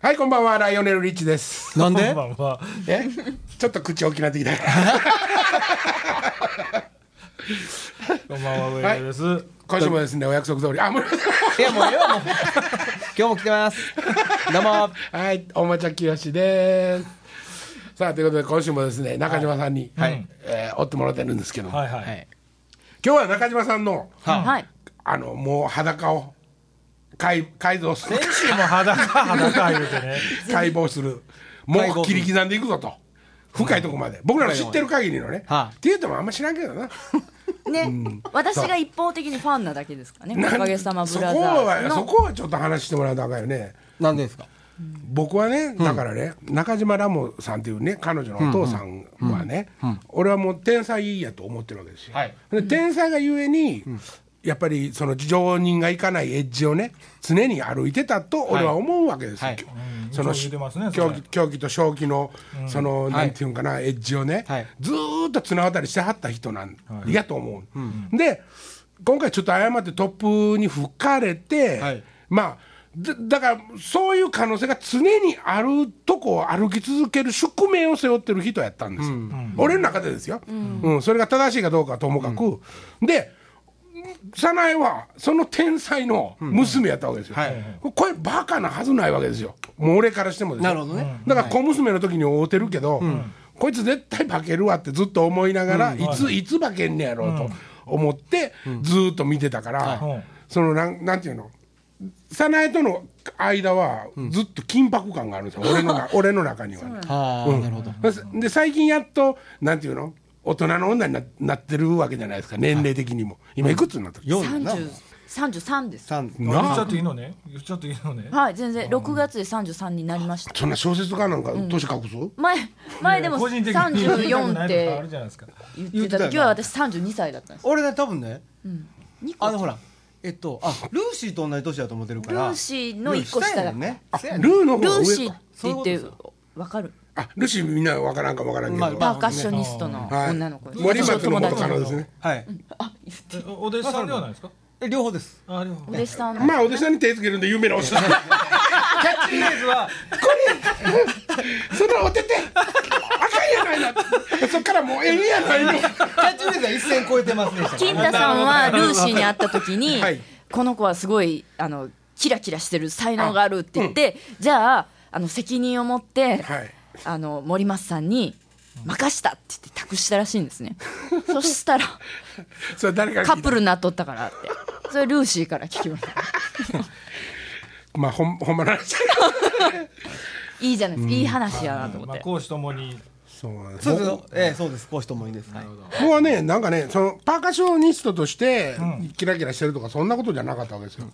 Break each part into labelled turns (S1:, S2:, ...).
S1: はいこんばんはライオネルリッチです
S2: なんで
S3: こんばんは
S1: え ちょっと口大きなってきた
S3: こんばんは上田です、
S1: 今週もですねお約束通りあもう
S2: いやもうええわもう今日も来てますどうも
S1: はいおもちゃきよしですさあということで今週もですね中島さんに、
S3: い
S1: えー追ってもらってるんですけども、
S3: はいはい、
S2: はい
S1: 今日は中島さんの
S4: はい。
S1: あのもう裸を解解像する
S3: 先週 も裸裸言うてね
S1: 解剖する
S2: 解
S1: もう
S2: 剖
S1: 切り刻んでいくぞと深いとこまで僕らの知ってる限りのね、
S2: はあ
S1: っていうともあんま知らんけどな
S4: ね、私が一方的にファンなだけですかね。
S1: な
S4: おかげさまブ
S1: そこ
S4: ラザー
S1: は
S4: ズ
S1: そ
S4: の。
S1: こはちょっと話してもらうとあかんよね
S2: なんでですか
S1: 僕はねだからね、中島ラモさんっていうね彼女のお父さんはね、俺はもう天才やと思ってるわけですよ、
S2: はい
S1: で天才がゆえに、やっぱりその常人が行かないエッジをね常に歩いてたと俺は思うわけですよ、
S2: はい
S1: その
S3: うんよく言ってますねそ
S1: 狂
S3: れ
S1: 気狂気と正気の、そのなんていうんかな、エッジをね、
S2: はい
S1: ずーっと綱渡りしてはった人なんやと思う、で今回ちょっと誤ってトップに吹かれて、
S2: はい
S1: まあだだからそういう可能性が常にあるとこを歩き続ける宿命を背負ってる人やったんですよ、俺の中でですよ、うんそれが正しいかどうかはともかく、で早苗はその天才の娘やったわけですよ、
S2: はい
S1: これバカなはずないわけですよもう俺からしてもですよ
S2: なるほどね
S1: だから小娘の時に会うてるけど、こいつ絶対化けるわってずっと思いながら、いついつ化けんねやろうと思って、ずーっと見てたから、
S3: はい
S1: そのなんなんていうの早苗との間はずっと緊迫感があるんですよ、俺のな俺の中にはね。
S2: ああなるほど
S1: でで最近やっとなんていうの大人の女にななってるわけじゃないですか年齢的にも、今いくつになったっけ
S2: 四
S4: 三十三十三です。
S2: 三
S3: 言っ
S1: な
S3: ちゃ
S1: あ
S3: っていいのね言っちゃっていいのね
S4: はい、全然六月で三十三になりました。
S1: そんな小説家なんか年隠す、
S4: 前前でも
S3: 個人的に
S4: 三十四っ
S3: あ
S4: て
S3: るじゃないですか
S4: 言ってた時は私三十二歳だったんです。
S2: 俺ね多分ね
S4: 二個
S2: あのほらえっとあルーシーと同じ年だと思ってるから
S4: ルーシーの一個下だ
S2: やもんね
S1: あルーの方
S4: ル
S1: が
S4: ー
S1: 上
S4: シ
S1: か
S4: ーって言ってわかる。
S1: あルシーみんなわからんかわからんけど、
S2: まあまあ
S4: パーカッショニストの
S1: はい
S4: 女の子です。
S1: 森
S4: 私
S1: 松の元カノ
S4: の。
S1: ですね
S2: はい
S4: あ、言って
S3: えおお弟子さんではないですか
S2: え両方です
S3: あでも
S4: お弟子さんの。
S1: まあお弟子さんに手つけるんで有名なお弟子さ ん
S2: キャッチフレーズは
S1: そのお手てあかんやないなそっからもうええやないの
S2: キャッチフレーズは一線超えてますね
S4: 金太さんはルーシーに会った時に、
S1: はい
S4: この子はすごいあのキラキラしてる才能があるって言って、じゃああの責任を持って、
S1: はい
S4: あの森松さんに任したって言って託したらしい んですねそしたら
S1: それ誰か
S4: カップ
S1: ル
S4: ルになっとったからってそれルーシーから聞きました
S1: まあほんほんまなんですけど
S4: いいじゃないですか、いい話やなと思
S3: ま
S4: っ
S3: あ
S4: て、
S3: 講師ともに
S1: そうなんです
S2: そうですええそうです講師ともにですはい
S1: 僕はねなんかねそのパーカッショニストとしてキラキラしてるとかそんなことじゃなかったわけですよ、
S4: うん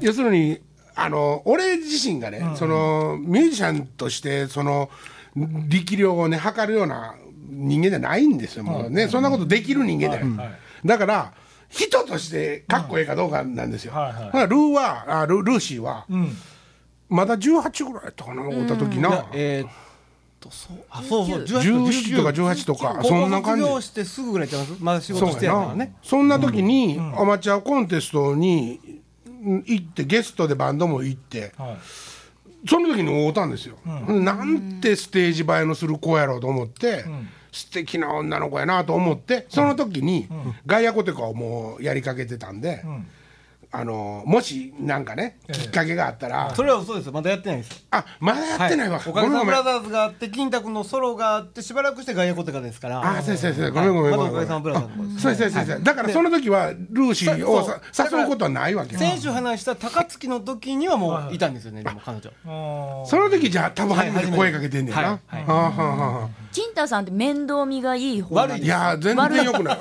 S1: 要するにあの俺自身がね、そのミュージシャンとしてその力量をね測るような人間じゃないんですよ、もうね、そんなことできる人間じゃない、
S3: はい
S1: だから人としてかっこいいかどうかなんですよ、
S3: うんはいはい
S1: だからルーはあルルーシーは、
S3: うん
S1: まだ18ぐらいやったかなおった時な、
S2: えーっとそうあそうそう
S1: 17とか18とかそんな感じ
S2: 高校卒業してすぐぐらいちゃいますまだ仕
S1: そ
S2: 事して
S1: う
S2: や
S1: や
S2: ったから
S1: な
S2: ね
S1: そんな時に、アマチュアコンテストにうん行ってゲストでバンドも行って
S3: はい
S1: その時に会うたんですよ、なんてステージ映えのする子やろうと思って、素敵な女の子やなと思ってその時に、ガイアコテカをもうやりかけてたんで、
S3: ん
S1: あのもしなんかねきっかけがあったら、
S2: それは嘘ですよまだやってないです
S1: あまだやってないわ、
S2: はお
S1: ご
S2: か
S1: め
S2: げ
S1: んご
S2: さまブ
S1: めん
S2: ラ
S1: あ
S2: ザーズがあって金太君のソロがあってしばらくしてガイアコテカですから
S1: あ先生先生ごめんごめん
S2: ま
S1: ごめ
S2: だ
S1: ん
S2: おかげさまブラザーズの子です
S1: そうですそうですそうですだからその時はルーシーを
S2: そう
S1: さ誘うことはないわけよ
S2: 先週話した高槻の時にはもういたんですよねでも彼女
S3: あ
S1: その時じゃあ多分初めて声かけてんだよな、
S2: はいはい
S1: はあはあはあ
S4: 金太さんって面倒見がいい方なん
S2: 悪
S4: で
S1: い
S4: す
S1: やー全然よくない、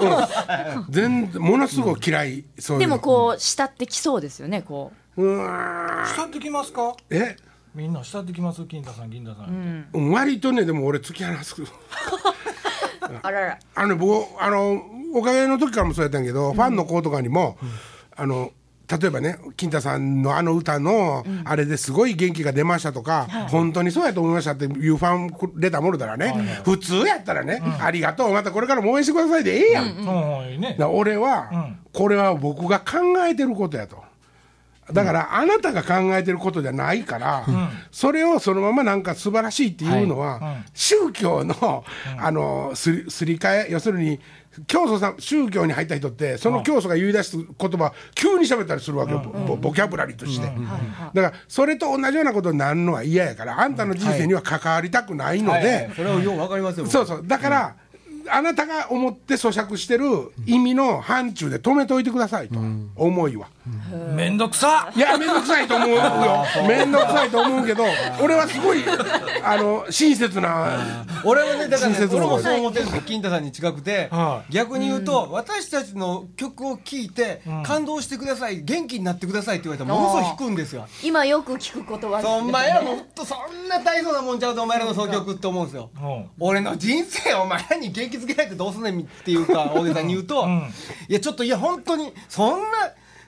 S1: うん、全然ものすごく嫌い、そういう
S4: で
S1: の
S4: もこう慕ってきそうですよねこ
S1: うわ
S3: ー
S1: ー
S3: 慕ってきますか
S1: え
S3: みんな慕ってきます金太さん銀太さん
S1: 割とねでも俺突き放す
S4: うあらら
S1: あのね僕あのおかげの時からもそうやったんやけど、ファンの子とかにも、あの例えばね金太さんのあの歌の、あれですごい元気が出ましたとか、本当にそうやと思いましたっていうファンレターもろたらね、普通やったらね、ありがとうまたこれからも応援してくださいでええやん
S3: うんはいね
S1: だから俺は、
S3: うん
S1: これは僕が考えてることやと。だからあなたが考えてることじゃないから、それをそのままなんか素晴らしいっていうのは、宗教の,、あのすりすり替え要するに教祖さん宗教に入った人ってその教祖が言い出す言葉急に喋ったりするわけよ、ボボキャブラリーとして、だからそれと同じようなことになるのは嫌やからあんたの人生には関わりたくないので、
S2: はいそれはようわかりますよ。
S1: そうそうだから、あなたが思って咀嚼してる意味の範疇で止めておいてくださいと、思いは、
S3: めんどくさ
S1: いや面倒くさいと思うよ面倒くさいと思うけど俺はすごいあの親切な
S2: 俺はねだから、ね
S1: 親、切
S2: 俺
S1: な
S2: もそう思ってるんですよ金太さんに近くて、
S3: はい
S2: 逆に言うと、私たちの曲を聴いて、感動してください元気になってくださいって言われたらものすごい引くんですよ
S4: 今よく聞くことは
S2: そんまやもっとそんな大層なもんちゃうとお前らの総曲って思うんですよ、
S3: うん
S2: 俺の人生お前らに元気づけられてどうすんねんっていうか大げさに言うと、
S3: ん
S2: いやちょっといや本当にそんな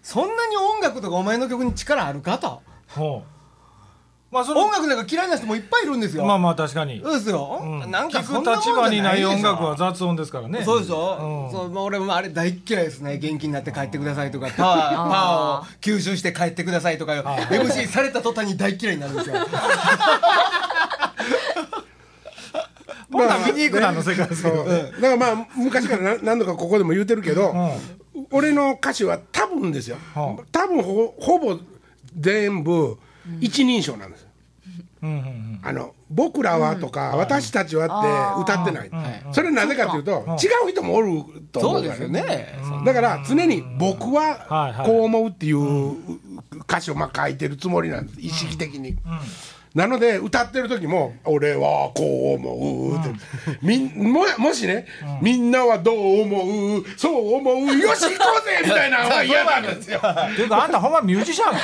S2: そんなに音楽とかお前の曲に力あるかと
S3: ほうまあそれ
S2: 音楽なんか嫌いな人もいっぱいいるんですよ、
S3: まあまあ確かに
S2: そうですよ、
S3: うん
S2: なんかそ
S3: 聞
S2: ん
S3: く
S2: なもんじ
S3: 立
S2: ゃ
S3: 場にない
S2: でしょ
S3: 音楽は雑音ですからね
S2: そうでしょ、
S3: うん
S2: そうまあ俺もあれ大っ嫌いですね元気になって帰ってくださいとかパワーパワーを吸収して帰ってくださいとか MC された途端に大っ嫌いになるんですよ
S3: ほんなら見に行くなの世界ですけ
S1: そう
S3: ど
S1: だからまあ昔からな何度かここでも言うてるけど、俺の歌詞は多分ですよ、
S3: うん
S1: 多分ほほぼ全部一人称なんですよ
S3: うんうんうん
S1: あの僕らはとか、私たちはって歌ってない、それなぜかというと、違う人もおると思うから
S2: ね、
S1: だから常に僕
S3: はいは
S1: はいこう思うっていう歌詞をまあ書いてるつもりなんです意識的に。なので歌ってる時も「俺はこう思う」って、みんももしね、みんなはどう思うそう思 うよし行こうぜ」みたいなのは嫌なんですよ。
S3: ていうかあんたほんまミュージシャン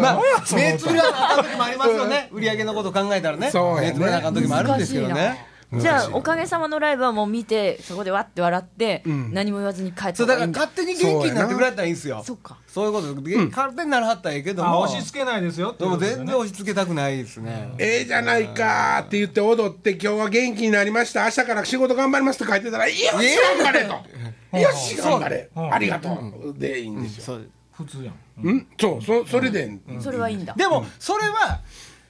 S2: まあ目つぶらなあかん時もありますよね売り上げのこと考えたらね
S1: そうやね
S2: 目つぶらなあかん時もあるんですけど
S4: 難し
S2: ね
S4: じゃあおかげさまのライブはもう見てそこでわって笑って、何も言わずに帰っ
S2: そ
S4: た
S2: う
S4: 方
S2: だ
S4: が
S2: から勝手
S4: いいんだ
S2: に元気になってくれたらいいんですよ
S4: そうか
S2: そういうことです、勝手にならはったらええけど
S3: あ
S2: も
S3: 押し付けないですよって
S2: で
S3: いう
S2: も
S3: ことですよ
S2: 全
S3: ね
S2: 然押し付けたくないですね、
S1: ええじゃないかって言って踊って今日は元気になりました明日から仕事頑張りますって書いてたら「よし頑張れ」と「よし頑張れありがとう」でいいんですよ。
S2: そう
S3: 普通やん
S1: うん、そうそそれで、
S4: それはいいんだ
S2: でもそれは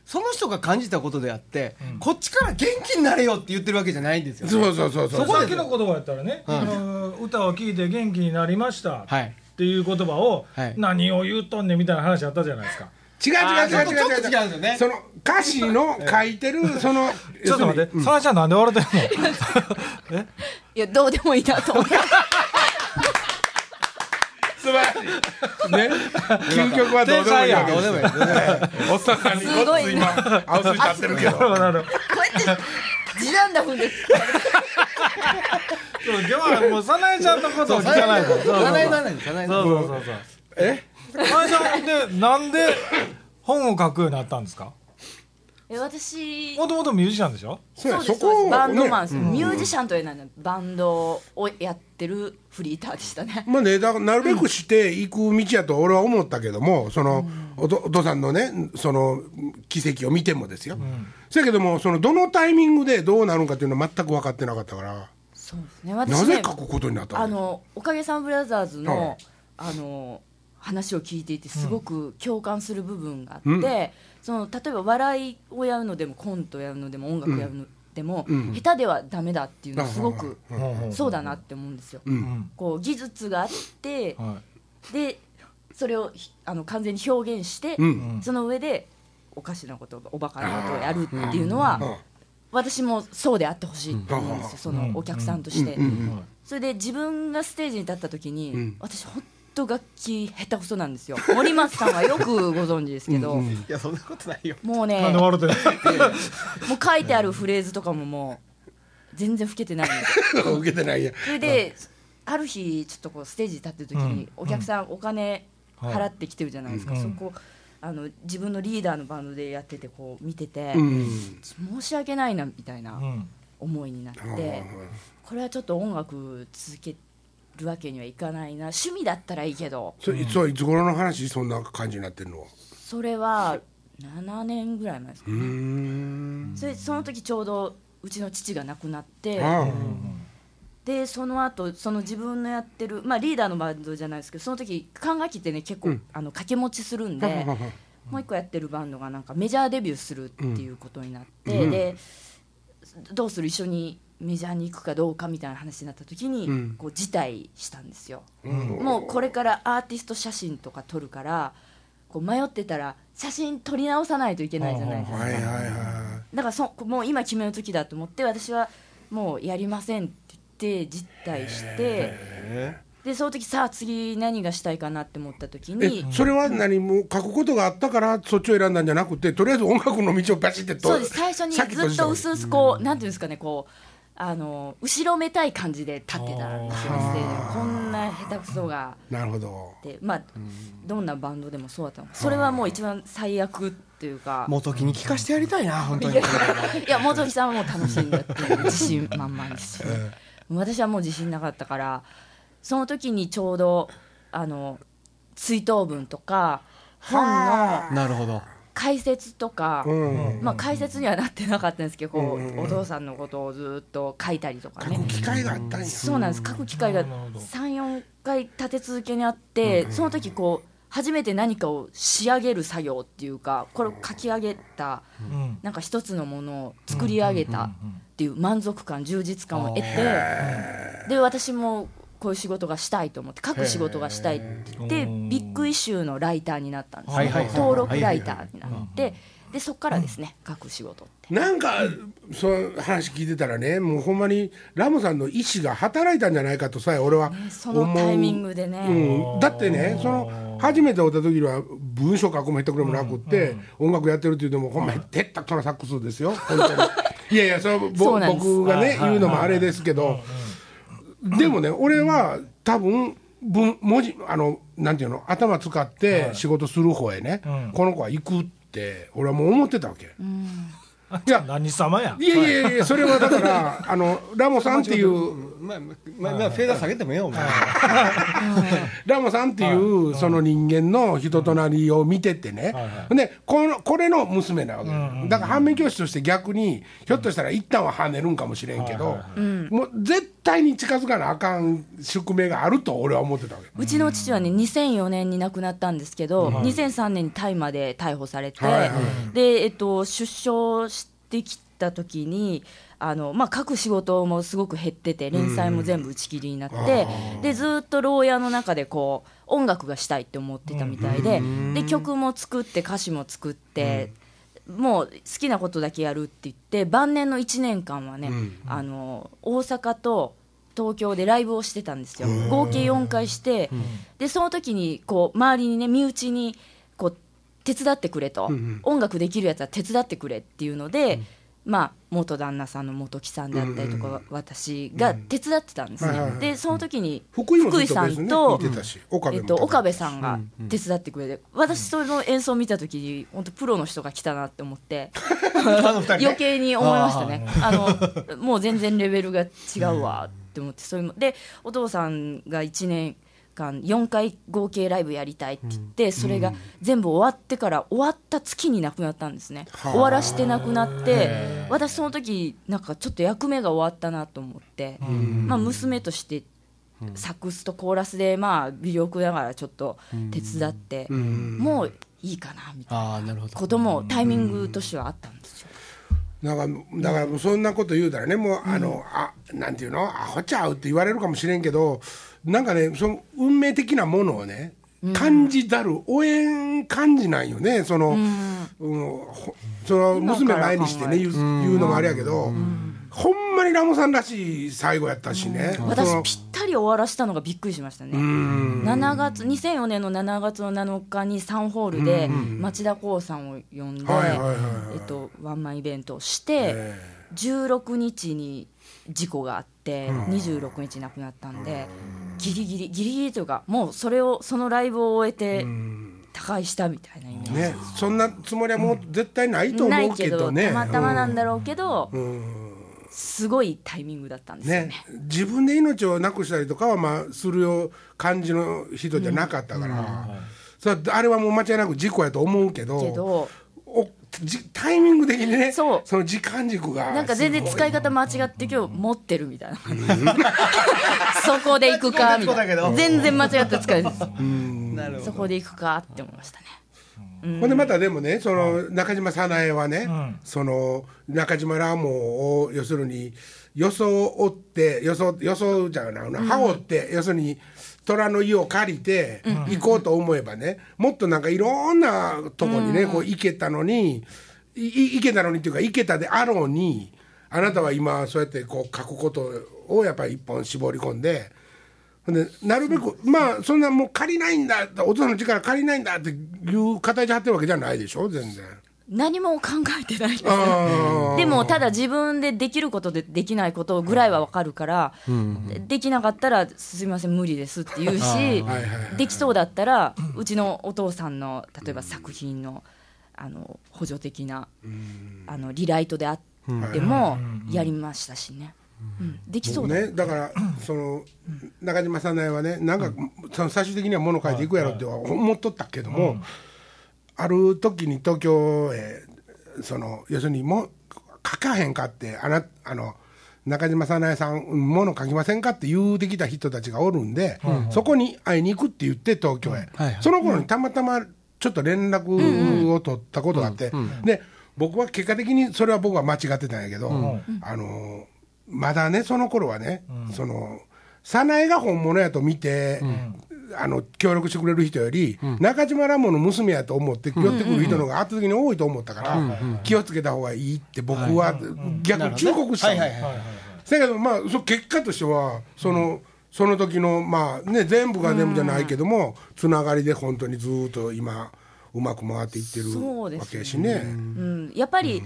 S2: その人が感じたことであって、こっちから元気になれよって言ってるわけじゃないんですよ、
S1: そうそうそうそう
S3: さっきの言葉やったらね、あの歌を聴いて元気になりました、
S2: はい
S3: っていう言葉を、
S2: はい
S3: 何を言うとんねんみたいな話あったじゃないですか。
S1: 違う違う
S2: あー
S1: 違う違う
S2: ちょっと
S1: 違う
S2: ちょっと違うんですよね
S1: その歌詞の書いてるその
S3: ちょっと待って、さあちゃんなんで笑ってんのえ
S4: いやどうでもいいなと思って
S1: 素晴らしいね究極はどうでもいいわけですよ
S2: どうでもいいどうでもいい
S1: おっさんさんに
S4: すごい な
S1: 今青筋立ってるけ
S3: な
S1: ど
S3: るほどなるほど。
S4: こうやって次男だふんです
S3: そう今日はもう早苗ちゃんのことを聞かないと。そうそう
S2: かないなんですかない
S3: そうそうそうそう。
S1: え
S3: 早苗ちゃんでなんで本を書くようになったんですか。
S4: え私
S3: もともとミュージシャンでしょ。
S1: そう
S4: そう
S1: や
S4: で
S1: そ
S4: すそうで
S1: こ
S4: す
S1: を
S4: バンドマン
S1: ね
S4: です、ミュージシャンというのはねバンドをやってるフリーターでしたね
S1: まあね、だからなるべくして行く道やと俺は思ったけどもそのおとお父さんのねその奇跡を見てもですよ、そやけどもそのどのタイミングでどうなるんかっていうのは全く分かってなかったから
S4: そうですね私ね
S1: なぜ書くことになった
S4: あ
S1: の
S4: のおかげさんブラザーズの、
S1: はい
S4: あの話を聞いていてすごく共感する部分があって、
S1: うん
S4: その例えば笑いをやるのでもコントやるのでも音楽やるのでも、
S1: ん
S4: 下手ではダメだっていうのはすごく、
S1: う
S4: そうだなって思うんですよ。
S1: うん
S4: こう技術があって、
S3: は
S4: でそれをひあの完全に表現して、
S1: うん
S4: その上でおかしなことおバカなことをやるっていうのは、
S1: うん
S4: 私もそうであってほしいと思うんですよ、そのお客さんとして。
S3: いはい。
S4: それで自分がステージに立った時に、
S1: ん
S4: 私本当楽器下手くそなんですよ森松さんはよくご存知ですけど
S2: いやそんなことないよ
S4: もうね
S3: なんで
S4: も
S3: 笑ってんの。
S4: う書いてあるフレーズとかももう全然老けてないんですよ
S1: うん受けてないや
S4: それである日ちょっとこうステージに立ってる時に、お客さんお金払ってきてるじゃないですか、
S3: うん
S4: そこあの自分のリーダーのバンドでやっててこう見てて、
S1: うん
S4: 申し訳ないなみたいな。
S3: うん。
S4: 思いになって、これはちょっと音楽続けるわけにはいかないな趣味だったらいいけど
S1: それそういつ頃の話そんな感じになってるの
S4: それは7年ぐらい前ですか、
S1: うーん
S4: それその時ちょうどうちの父が亡くなって、
S1: ああ
S4: でその後その自分のやってる、まあ、リーダーのバンドじゃないですけどその時管楽器ってね結構、あの掛け持ちするんでもう一個やってるバンドがなんかメジャーデビューするっていうことになって、でどうする一緒にメジャーに行くかどうかみたいな話になった時に、
S1: うん
S4: こう辞退したんですよ。もうこれからアーティスト写真とか撮るからこう迷ってたら写真撮り直さないといけないじゃないですか、
S1: はいはいは
S4: だからそもう今決める時だと思って私はもうやりませんって言って辞退してでその時さあ次何がしたいかなって思った時
S1: いえ
S4: に
S1: それは何もう書くことがあったからそっちを選んだんじゃなくてとりあえず音楽の道をバシってと
S4: そうです最初に
S1: さき
S4: ずっ
S1: した
S4: と
S1: 方
S4: 薄々こうなんていうんですかねこうあの後ろめたい感じで立ってたんですよステージでこんな下手くそが。
S1: なるほど
S4: ってまあ、どんなバンドでもそうだったのそれはもう一番最悪っていうか
S2: 元木に聞かしてやりたいな本当に
S4: いや元木さんはもう楽しんだっていう自信満々ですし、私はもう自信なかったからその時にちょうどあの追悼文とか本の
S2: なるほど
S4: 解説とか、
S1: うん
S4: まあ、解説にはなってなかったんですけど、こう
S1: うん
S4: お父さんのことをずっと書いたりとか
S1: 書
S4: ね
S1: く。機会があったんや
S4: そうなんです書く機会が34回立て続けにあって、その時こう初めて何かを仕上げる作業っていうかこれを書き上げた、
S3: ん
S4: なんか一つのものを作り上げたっていう満足感充実感を得て、で私もこういう仕事がしたいと思って書く仕事がしたいって言ってビッグイシューのライターになったんです、
S2: はいはいはい
S4: 登録ライターになって、でそこからですね書く仕事って。
S1: なんかその話聞いてたらねもうほんまにラムさんの意思が働いたんじゃないかとさえ俺は
S4: ねそ
S1: 思う、
S4: のタイミングでね、
S1: うん、だってねその初めて会った時には文章書くも下手くれもなくって、音楽やってるっていうのもほんまへってったトラサックスですよ本当に いやいやそれはぼ
S4: そうなんです
S1: 僕がね言うのもあれですけど、でもね俺は多分文文字あのなんていうの頭使って仕事する方へね、この子は行くって俺はもう思ってたわけ。いや
S3: 何様や
S1: いやいやいや、それはだ から、あの、ラモさんっていう、
S2: まあまあまあフェーダー下げてもええよお前
S1: ラモさんっていう、その人間の人となりを見ててね。で、この、これの娘なわけよ。だから反面教師として逆に、ひょっとしたら一旦は跳ねるんかもしれんけど、もう絶対に近づかなあかん宿命があると俺は思ってたわけ。
S4: うちの父はね2004年に亡くなったんですけど、2003年に大麻で逮捕されて、
S1: はいは
S4: で、えっと、出所してきた時にあの、まあ、書く仕事もすごく減ってて連載も全部打ち切りになって、でずっと牢屋の中でこう音楽がしたいって思ってたみたいで,、で曲も作って歌詞も作って。もう好きなことだけやるって言って晩年の1年間はね、あの大阪と東京でライブをしてたんですよ合計4回して、でその時にこう周りにね身内にこう手伝ってくれと、音楽できるやつは手伝ってくれっていうので、まあ、元旦那さんの元木さんであったりとか、私が手伝ってたんですね、
S1: はいはいはい
S4: でその時に
S1: 福井もずっと
S4: さ
S1: 別に
S4: ん
S1: ね、
S4: と、
S1: 見てたし、岡
S4: え
S1: 部
S4: っ
S1: も
S4: と、岡部さんが手伝ってくれて、私その演奏見た時に本当プロの人が来たなって思って
S2: あの二人ね
S4: 余計に思いましたねあのもう全然レベルが違うわって思ってそれもでお父さんが1年間4回合計ライブやりたいって言って、それが全部終わってから終わった月に亡くなったんですね終わらして亡くなって私その時なんかちょっと役目が終わったなと思って、まあ、娘としてサックスとコーラスでまあ微力ながらちょっと手伝って、もういいかなみたい
S2: ああなるほど
S4: なこともタイミングとしてはあったんですよ。
S1: なんかだからそんなこと言うたらねもうあの、あなんていうのアホちゃうって言われるかもしれんけどなんかねその運命的なものをね感じざる応援感じないよねその,、うんほその娘前にしてね言う言うのもあれやけど、ほんまにラモさんらしい最後やったしね、
S4: 私
S1: その
S4: ぴったり終わらしたのがびっくりしましたね7月2004年の7月の7日にサンホールで町田光さんを呼んで
S1: はいはいはいはい
S4: えっとワンマンイベントをして16日に事故があって26日亡くなったんでギリギリギリギリというかもうそれをそのライブを終えて他界したみたいなイメージ
S1: ね、そんなつもりはもう絶対ないと
S4: な
S1: 思
S4: いう
S1: け
S4: けど
S1: どね。
S4: たまたまなんだろうけど、すごいタイミングだったんですよね
S1: ね、自分で命をなくしたりとかはまあするよ感じの人じゃなかったから、それはあれはもう間違いなく事故やと思うけど
S4: けど
S1: おじタイミング的にね
S4: そう
S1: の時間軸が
S4: なんか全然使い
S1: 方
S4: 方間違って今日持ってるみたいな そこで行くかみたいな全然間違って使いです
S2: なる
S4: そこで行くかって思いましたね
S1: ほんでまたでもねその中島早苗はね、その中島らもを要するに装って装装うじゃないな羽織って、要するに虎の湯を借りて行こうと思えばね、もっとなんかいろんなとこにね、こう行けたのにいい行けたのにっていうか行けたであろうにあなたは今そうやってこう書くことをやっぱり一本絞り込んで。ほんでなるべくまあそんなもう借りないんだ大人の力借りないんだっていう形張ってるわけじゃないでしょ全然。
S4: 何も考えてないです
S1: あー
S4: でもただ自分でできることでできないことぐらいはわかるから、でできなかったら「すみません無理です」って言うし
S1: はいはい
S4: できそうだったらうちのお父さんの例えば作品のあの補助的なあのリライトであってもやりましたしね、うん、できそうだ
S1: ね、だからその中島さんはねなんかその最終的には物書いていくやろっては思っとったけども、ある時に東京へその要するにもう書かへんかってあなあの中島さなえさん物書きませんかって言うてきた人たちがおるんで、そこに会いに行くって言って東京へ、
S5: はいはい
S1: その頃にたまたまちょっと連絡を取ったことがあって、で僕は結果的にそれは僕は間違ってたんやけど、あのまだねその頃はね、その早苗が本物やと見て、あの協力してくれる人より、中島ラモの娘やと思って寄ってくる人の方が圧倒的に多いと思ったから、気をつけた方がいいって僕は逆に忠告したの
S2: はいはいはい
S1: だけどまあそ結果としてはその、その時のまあね全部が全部じゃないけども、つながりで本当にずーっと今うまく回っていってる
S4: そう
S1: わ
S4: ですね
S1: けやしね。
S4: うん、やっぱり、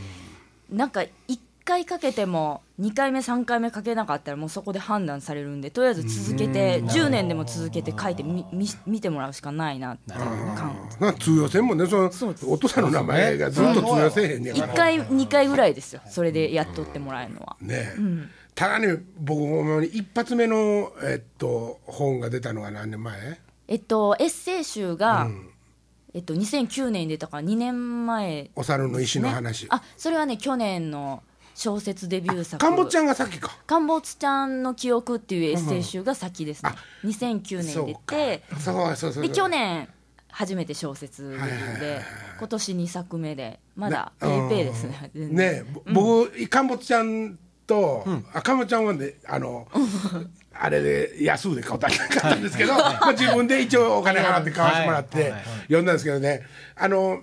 S4: なんか1回かけても2回目3回目かけなかったらもうそこで判断されるんでとりあえず続けて10年でも続けて書いてみみ見てもらうしかないなって感
S1: なんか通用せんもんねそのお父さんの名前がずっと通用せえへんねやから
S4: 1回2回ぐらいですよそれでやっとってもらえるのは
S1: ねえ、ただね僕ほんまに一発目の、えっと、本が出たのが何年前
S4: えっとエッセイ集が、えっと、2009年に出たから2年前
S1: お猿の石の話、
S4: あそれはね去年の小説デビュー作
S1: カンボちゃんが先か
S4: 陥没ちゃんの記憶っていうエッセイ集が先ですね、2009年に出て
S1: そうそうそう
S4: で去年初めて小説デビューで、今年2作目でまだペイペイですね全然
S1: ねえぼ僕カンボちゃんと、あカンボちゃんはねあ のあれで安うで買うたなかったんですけど、まあ、自分で一応お金払って買わせてもらって、読んだんですけどねあの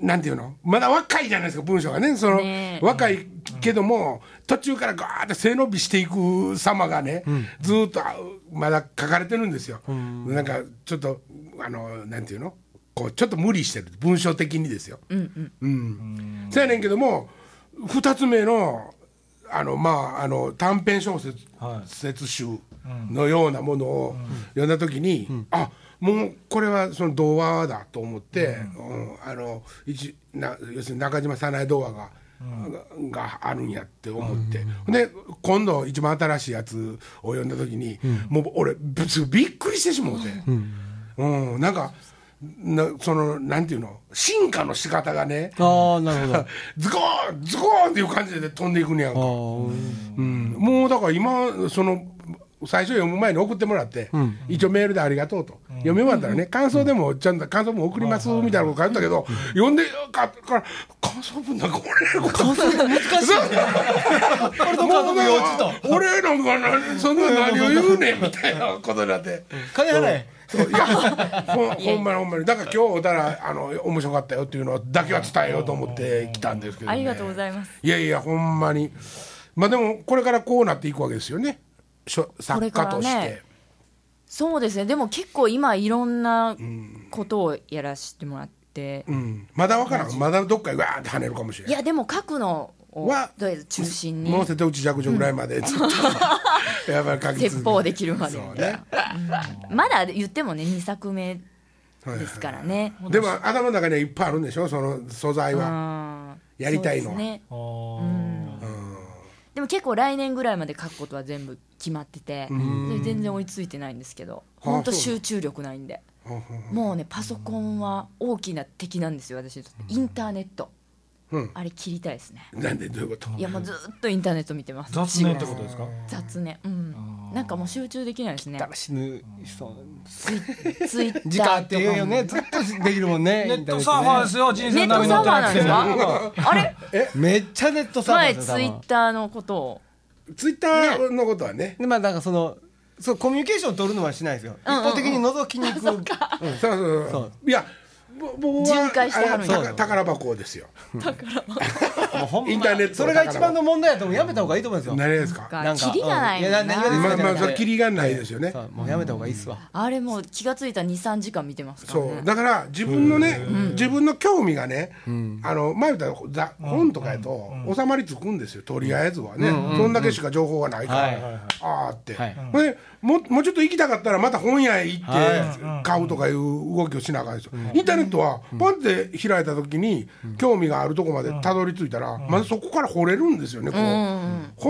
S1: なんていうのまだ若いじゃないですか文章がねその
S4: ねえ
S1: 若いけども、途中からガーッて背伸びしていく様がね、ずーっとあまだ書かれてるんですよ、なんかちょっとあのなんていうのこうちょっと無理してる文章的にですよ。うんそやねんけども2つ目のあのまああの短編小説,、集のようなものを読んだ時に、あもうこれはその童話だと思って、うんあの一な要するに中島早苗童話が。があるんやって思って、で今度一番新しいやつを読んだ時に、もう俺ぶびっくりしてしもうて、うんなんかなそのなんていうの進化の仕方がね、
S5: ああなるほどあ
S1: ズコーンズコーンっていう感じで飛んでいくんやん
S5: あ
S1: か、うん、もうだから今その最初読む前に送ってもらって、一応メールでありがとうと、読み終わったらね感想でもちゃんと感想文送りますみたいなこと書いてたけど、読んでかったから感想文なんか俺のこと感想難し い俺
S2: と感想文幼稚と
S1: 俺なんか何そんな何を言うねんみたいなことになって。
S2: 金払え
S1: そういやほんほんまにほんまにだから今日おたらあの面白かったよっていうのだけは伝えようと思って来たんですけど、
S4: あ
S1: ね、
S4: りがとうございます
S1: いやいやほんまにまあでもこれからこうなっていくわけですよねしょ
S4: こ
S1: 作
S4: れか
S1: 家
S4: ら
S1: と
S4: ね
S1: して、
S4: そうですねでも結構今いろんなことをやらせてもらって、
S1: うん、まだわからんまだどっかにわーって跳ねるかもしれ
S4: い
S1: ない
S4: やでも書くのを
S1: は
S4: とりあえず中心に
S1: もう瀬戸内弱女ぐらいまでずっと、 やっぱり書き続けて
S4: 説法できるまで
S1: そうね、
S4: まだ言ってもね2作目ですからね、
S1: でも頭の中にはいっぱいあるんでしょその素材は
S4: あー
S1: やりたいのは
S4: そうですね
S3: あー
S4: でも結構来年ぐらいまで書くことは全部決まっててそれ全然追いついてないんですけど
S1: あ
S4: 本当
S1: そう
S4: 集中力ないんで
S1: あ
S4: もうねパソコンは大きな敵なんですよ私にとってインターネット、
S1: うん
S4: あれ切りたいですね
S1: なんでどういうこと
S4: いやもうずーっとインターネット見てます
S3: 雑念ってことですか
S4: 雑念うんなんかもう集中できないですね
S2: だから死ぬ人
S4: ツイツイッターと
S2: 時間って
S4: か
S2: いう
S4: も
S2: よねずっとできるもんね
S3: ネットサーファーですよ人
S4: ネ
S3: 生
S4: ッ
S3: の
S4: トサーファ
S3: 波
S4: ーな
S3: の
S4: ん
S3: 手
S4: です
S3: が
S4: かあれ
S2: めっちゃネットサーファー
S4: 前
S2: です
S4: ツイッターのことを
S1: ツイッターのことはね
S2: でまあなんかそのそうコミュニケーション取るのはしないですよ、
S4: んうん
S2: 一方的に覗きに行く
S1: そうそうそ
S2: そう
S1: いやぼ僕は
S4: 巡回してはるんや
S1: あれ宝宝箱ですよ
S2: もうほんま
S1: インターネット
S2: それが一番の問題やと思うやめた方がいいと思うんですよ
S1: 何ですか
S4: がキリがないもん
S2: うんや
S4: な
S2: 何が
S1: まあ
S2: なんか
S1: まあそれキリがないですよね
S2: そうもうやめた方がいいっすわ、
S4: あれもう気がついたら23時間見てますから
S1: そう
S4: ね
S1: だから自分のね自分の興味がねあの前みたいなざ本とかやと収まりつくんですよとりあえずはねそんだけしか情報がないか
S2: はいはいはい
S1: らああって
S2: はい
S1: ほんでももうちょっと行きたかったらまた本屋へ行って
S2: は
S1: 買うとかいう動きをしなあかんですよインターネットはパンって開いた時に興味があるとこまでたどり着いたらまずそこから掘れるんですよねこ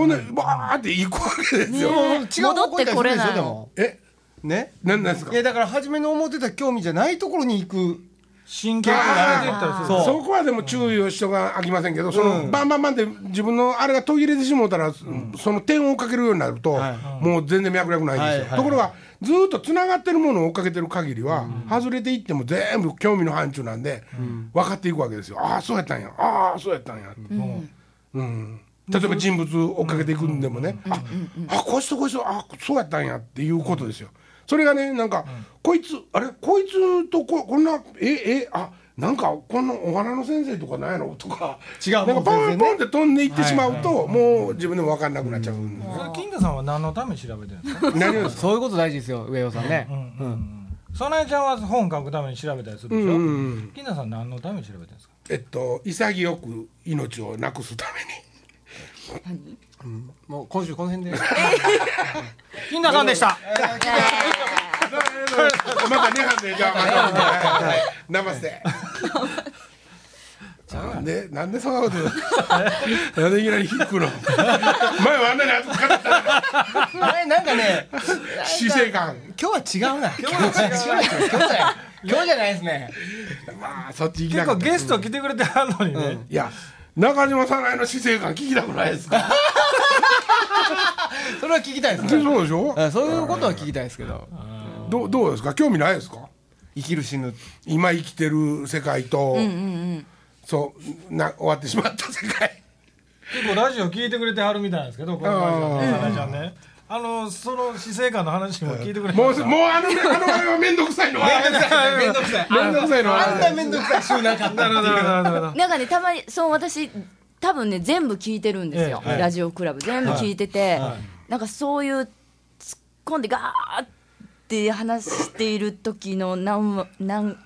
S1: うほんでバーって行くわけですよ
S4: ね
S2: もう違う方向に行ったりするでしょ
S4: 戻ってこれない
S2: でも
S1: え
S2: ね
S1: 何なんですか
S2: いやだから初めの思ってた興味じゃないところに行く
S3: 神経が慣れてったりする
S2: そう
S1: そこはでも注意をしとかあきませんけど、そのバンバンバンって自分のあれが途切れてしもうたら、その点を追っかけるようになると、
S2: は
S1: もう全然脈絡ないんですよ。
S2: はいはい
S1: ところがずっとつながってるものを追っかけてる限りは、外れていっても全部興味の範疇なんで、分かっていくわけですよ。ああそうやったんや、ああそうやったんや。うん例えば人物を追っかけていくんでもね、あ、あこいつとこいつあそうやったんやっていうことですよ。それがねなんか、こいつあれこいつとここんなええあなんかこのお花の先生とかなんやろとか
S2: 違う
S1: なんか
S2: もう
S1: ポ
S2: 全
S1: ン
S2: 然
S1: ポン
S2: ね
S1: って飛んでいってしまうと、もう自分でも分かんなくなっちゃうんです、
S3: それ金田さんは何のために調べてるんですか
S1: 何をですか
S2: そういうこと大事ですよ上尾さんね、
S3: 早苗ちゃんは本書くために調べたりするでしょ、
S1: うんうんうん
S3: 金田さん何のために調べてるんですか
S1: えっと潔く命をなくすために。
S2: もう今週この辺で
S3: 金田さんでした
S1: また2班でじゃあまたはいはいナマステなんでなんでそんなことなんでいきなり引くの前はあんなに熱かった
S2: あれなんかね
S1: 姿勢感
S2: 今日は違うな今日は違う今日じゃない今日じゃないですね
S1: まあそっち行き
S3: 結
S1: たか
S3: 構
S1: った
S3: ゲスト来てくれてはんのにね、
S1: いや中島さんの姿勢感聞きたくないですか
S2: それは聞き たいですね
S1: そうでしょ
S2: うんそういうことは聞きたいですけど
S1: どうどうですか興味ないですか
S2: 生きる死ぬ
S1: 今生きてる世界とそうな終わってしまった世界
S3: 結構ラジオ聞いてくれてはるみたいなんですけどこのラジオの早苗ちゃんねあのその死生観の話も聞いてくれて
S1: も
S3: ま
S1: う
S3: す
S1: もう
S3: か
S1: あのあのあれは面倒くさいのは
S2: めんどくさい
S1: 面倒くさいのはあれ
S2: あんなめんどくさい週なかった
S3: なるほどなるほどなる
S4: なんかねたまにそう私多分ね全部聞いてるんですよ、ラジオクラブ全部聞いてて、なんかそういう突っ込んでガーって話している時の何わ何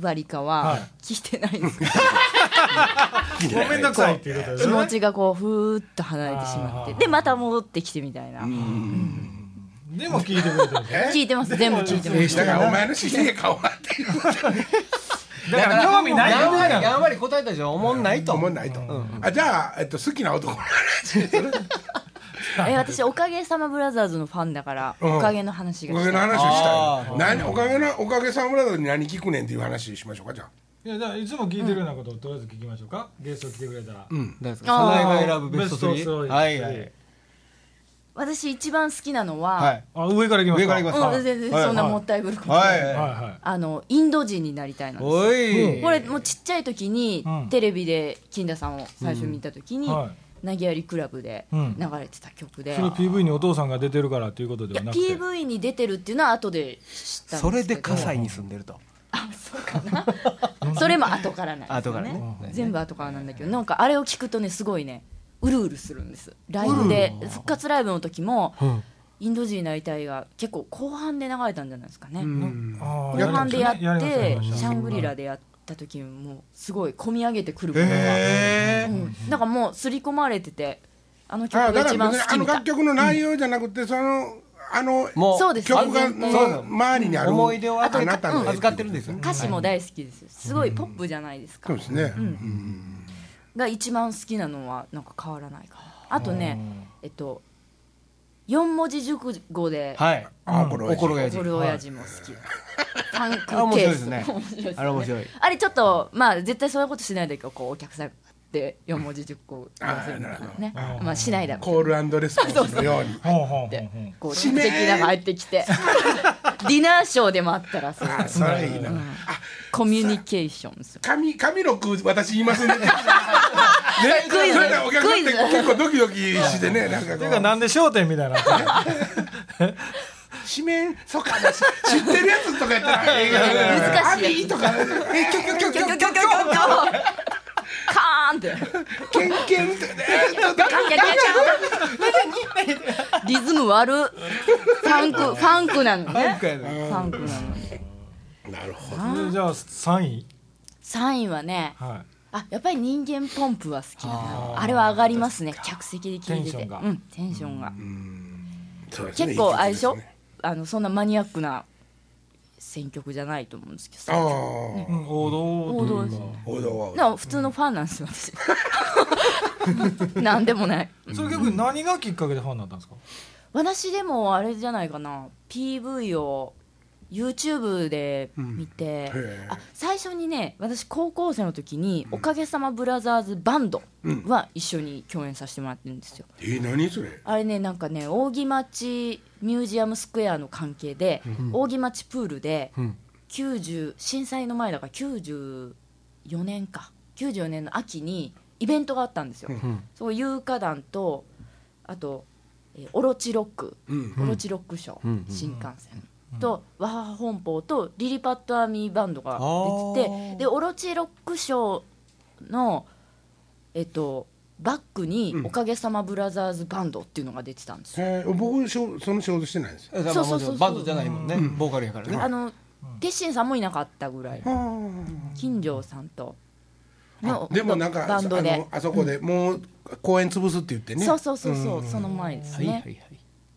S4: 割かは聞いてないんですよ、
S3: ほどもうめんどくさいっていうことです
S4: 気
S3: よ
S4: 持
S3: ね
S4: ちがこうふーっと離れてしまってでまた戻ってきてみたいな、
S3: でも聞いてくれてるんですよ
S4: 聞いてます全部聞いてます
S1: だからお前の姿勢が変わってる
S3: だから興味ない
S2: やんわり
S3: よ
S2: やんわり答えたじゃんおもんないと
S1: 思わないと、あじゃあ、えっと、好きな男の話ですね
S4: え私おかげさまブラザーズのファンだから、
S1: ん
S4: おかげの話
S1: お
S4: が
S1: かげ
S4: し
S1: の
S4: たい
S1: 話をした
S2: あ
S1: い何おかげのおかげさんブラザーズに何聞くねんっていう話しましょうかじゃあ
S3: いやだからいつも聞いてるようなことをとりあえず聞きましょうかゲスト来てくれたら、
S2: 何です
S4: あー
S2: か早苗が選ぶベスト
S3: ベスト
S2: 3
S3: 3
S2: はいはい
S4: 私一番好きなのは、
S2: はい
S3: あ上からいきますか
S2: 上からいきますか
S4: うん、全然
S2: はい
S4: そんなもったいぶることな
S2: はい
S4: い、
S3: はいはい
S4: あのインド人になりたいなんです
S2: おい
S4: これもうちっちゃい時に、
S3: うん
S4: テレビで金田さんを最初見た時に、
S3: うんはい
S4: 投げやりクラブで
S3: うん
S4: 流れてた曲で、
S3: それ PV にお父さんが出てるからということ
S4: い
S3: で
S4: や
S3: はなくて
S4: PV に出てるっていうのは後で知ったんですけど
S2: それで葛西に住んでると
S4: あそうかなそれも後からなんです
S2: 後
S4: よ
S2: から
S4: ね
S2: ね
S4: 全部後からなんだけどなんかあれを聞くとねすごいねうるうるするんですライブで復活ライブの時も、インド人になりたいが結構後半で流れたんじゃないですかね、
S3: あー
S4: 後半でやって、
S3: りましたねやりました
S4: シャングリラでやった時もすごい込み上げてくるものが、うん、なんかもう刷り込まれててあの曲
S1: あだ
S4: が
S1: か
S4: 一
S1: ら
S4: 番
S1: 別
S4: 好
S1: にあの
S4: きみたい
S1: 楽曲の内容じゃなくて、そのあの
S2: も
S4: そうです
S1: 曲が
S4: 全体
S1: の周りにある
S2: 思い出を
S1: あ
S2: 預
S1: なたの
S2: 預かってるんですよね
S4: 歌詞も大好きですよすごいポップじゃないですか、
S1: そうですね、
S4: が一番好きなのはなんか変わらないかなあとねえっと四文字熟語で
S2: はい。
S1: あこれ
S2: おころがやじ。
S4: 怒る親父も好き、パンク
S2: あ面
S4: ケ
S2: 白い
S4: ー
S2: で
S4: ス
S2: すね
S4: 面白いですね
S2: あれ面白い
S4: あれちょっとまあ絶対そういうことしないでこうお客さんって四文字熟語出せるのかねまあしないだろう
S1: コールアンドレスポンスのように。
S3: ほうほうほうほう
S4: ってこう的なのが入ってきてディナーショーでもあったらそう
S1: あそれいいな。あ
S4: コミュニケーションですよ
S1: 神神六私言いますん で。ね
S4: クイズ
S1: それでお客さんって
S4: クイズ
S1: 結構ドキドキしてねなんか
S3: ていうか
S1: こ
S3: なんで商店みたいな
S1: う紙面そうかなし知ってるやつとかやったら映画
S4: 難しい
S1: アビーとかえキョキョキョキョキョ
S4: キョキョキョキョカーンって
S1: ケンケンとかねえーっとか
S4: リズム悪ファンクファンクなのね
S2: 回の
S4: ファンクなのに
S1: なるほど。
S3: えじゃあ三位
S4: 3位はね
S3: は
S4: あやっぱり人間ポンプは好きだなあれは上がりますね客席で聞いて
S3: テンショ
S4: て
S3: ンが
S4: うんテンションが
S1: そうですね
S4: 結構あれでしょ
S1: いい曲すね
S4: あのそんなマニアックな選曲じゃないと思うんですけ
S1: あ
S4: ど
S3: い、うん、王
S4: 王
S3: 道
S4: 道ですね
S1: あ王道は王
S4: で
S1: 道。
S4: も普通のファンなんですよ私 なんでもない
S3: それ逆に何がきっかけでファンになったんですか
S4: 私でもあれじゃないかな PV を YouTube で見て、
S1: うんへえ
S4: あ最初にね私高校生の時に「おかげさまブラザーズバンド」は一緒に共演させてもらってるんですよ
S1: えー何それ。
S4: あれねなんかね扇町ミュージアムスクエアの関係で、扇町プールで、90震災の前だから94年か94年の秋にイベントがあったんですよ、そう有歌団とあと、えーオロチロック、
S1: うん
S4: オロチロックショー、新幹線、とワハハ本邦とリリパッドアーミーバンドが出ててでオロチロックショーのえっとバックに「おかげさまブラザーズバンド」っていうのが出てたんですよ、
S1: えー僕しょその仕事してないんですよ。
S2: そう
S4: そうそうそう
S2: バンドじゃないもんね。ボーカルやからね。
S4: あの鉄心さんもいなかったぐらい金城さんとの
S1: でもなんか
S4: バンド
S1: あ
S4: で
S1: のあそこでもう公演潰すって言ってね
S4: そうそうそうそう、その前ですね、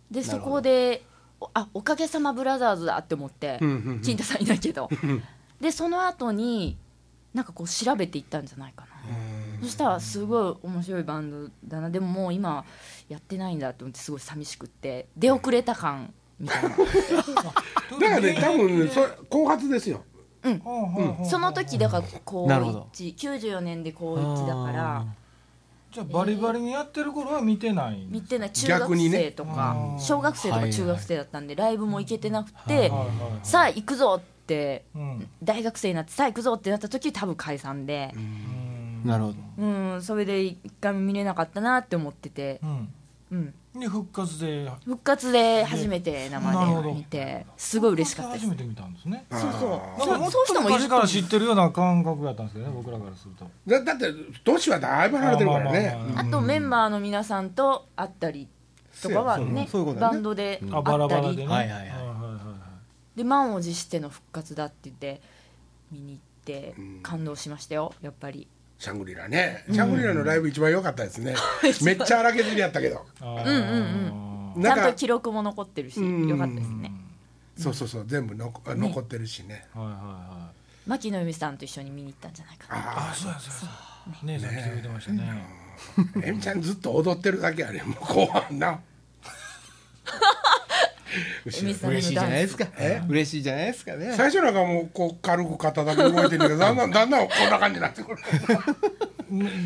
S2: い。
S4: でそこでおあおかげさまブラザーズだって思って、
S1: うんうんうん
S4: 金太さんいないけどでその後になんかこう調べていったんじゃないかなそしたらすごい面白いバンドだなでももう今やってないんだと思ってすごい寂しくって出遅れた感みたい
S1: だからね多分ねそれ後発ですよ
S3: ほうほうほうほ
S4: な
S3: う
S4: その時だから高
S2: なるほど
S4: 1 94年で高1だから
S3: じゃあバリバリにやってる頃は見てないんで
S4: 見
S3: す
S4: てない中
S1: 逆
S4: 学
S1: にね
S4: 生とか、小学生とか中学生だったんで、ライブも行けてなくて、
S3: はいは
S4: さあ行くぞって
S3: いうん
S4: 大学生になってさあ行くぞってなった時多分解散で
S3: うん
S2: なるほど。
S4: うんそれで一回も見れなかったなって思ってて、うん、
S3: うんで復活で
S4: 復活で初めて
S3: なるほ
S4: 生で
S3: ど
S4: 見てすごい嬉しかったです
S3: 初めて見たんですね
S4: そうそう
S3: なんか
S4: そ
S3: も
S4: う
S3: っ
S4: そういう
S3: と
S4: 人もいる
S3: 昔
S4: と
S3: か
S4: 思
S3: ら
S4: う
S3: 知ってるような感覚やったんですけどね僕らからすると
S1: だだって年はだいぶ離れてるから
S3: あまあ
S1: ね
S3: まあま
S4: あとメンバーの皆さんと会ったりとかはね
S2: そうそうそういうことだ
S4: バ
S2: ね
S4: ンドで
S3: あバ
S4: 会
S3: ラ
S4: った
S3: バラでね
S4: り
S2: はいはいはい
S4: で満を持しての復活だって言って見に行って感動しましたよやっぱり
S1: シャングリラねシャングリラのライブ一番良かったです ねめっちゃ荒削りやったけど
S3: うんうん
S4: ち
S1: な
S4: ゃ
S1: ん
S4: んと
S1: か
S4: 記録も残ってるし
S1: うん
S4: よかったですね
S1: そうそうそう全部のこ残ってるしね
S3: はいはいはい
S4: 牧野由美さんと一緒に見に行ったんじゃないかな
S3: あそうやそうやそうや姉さん来てくれてましたね
S1: えみちゃんずっと踊ってるだけやねもう後半な後ろ
S4: 由美さんのダン
S2: 嬉
S4: ス
S2: しいじゃないですか。嬉しいじゃないですかね。
S1: 最初なんかもうこう軽く肩だけ動いてるけ どだんだんだんだんこんな感じになってくる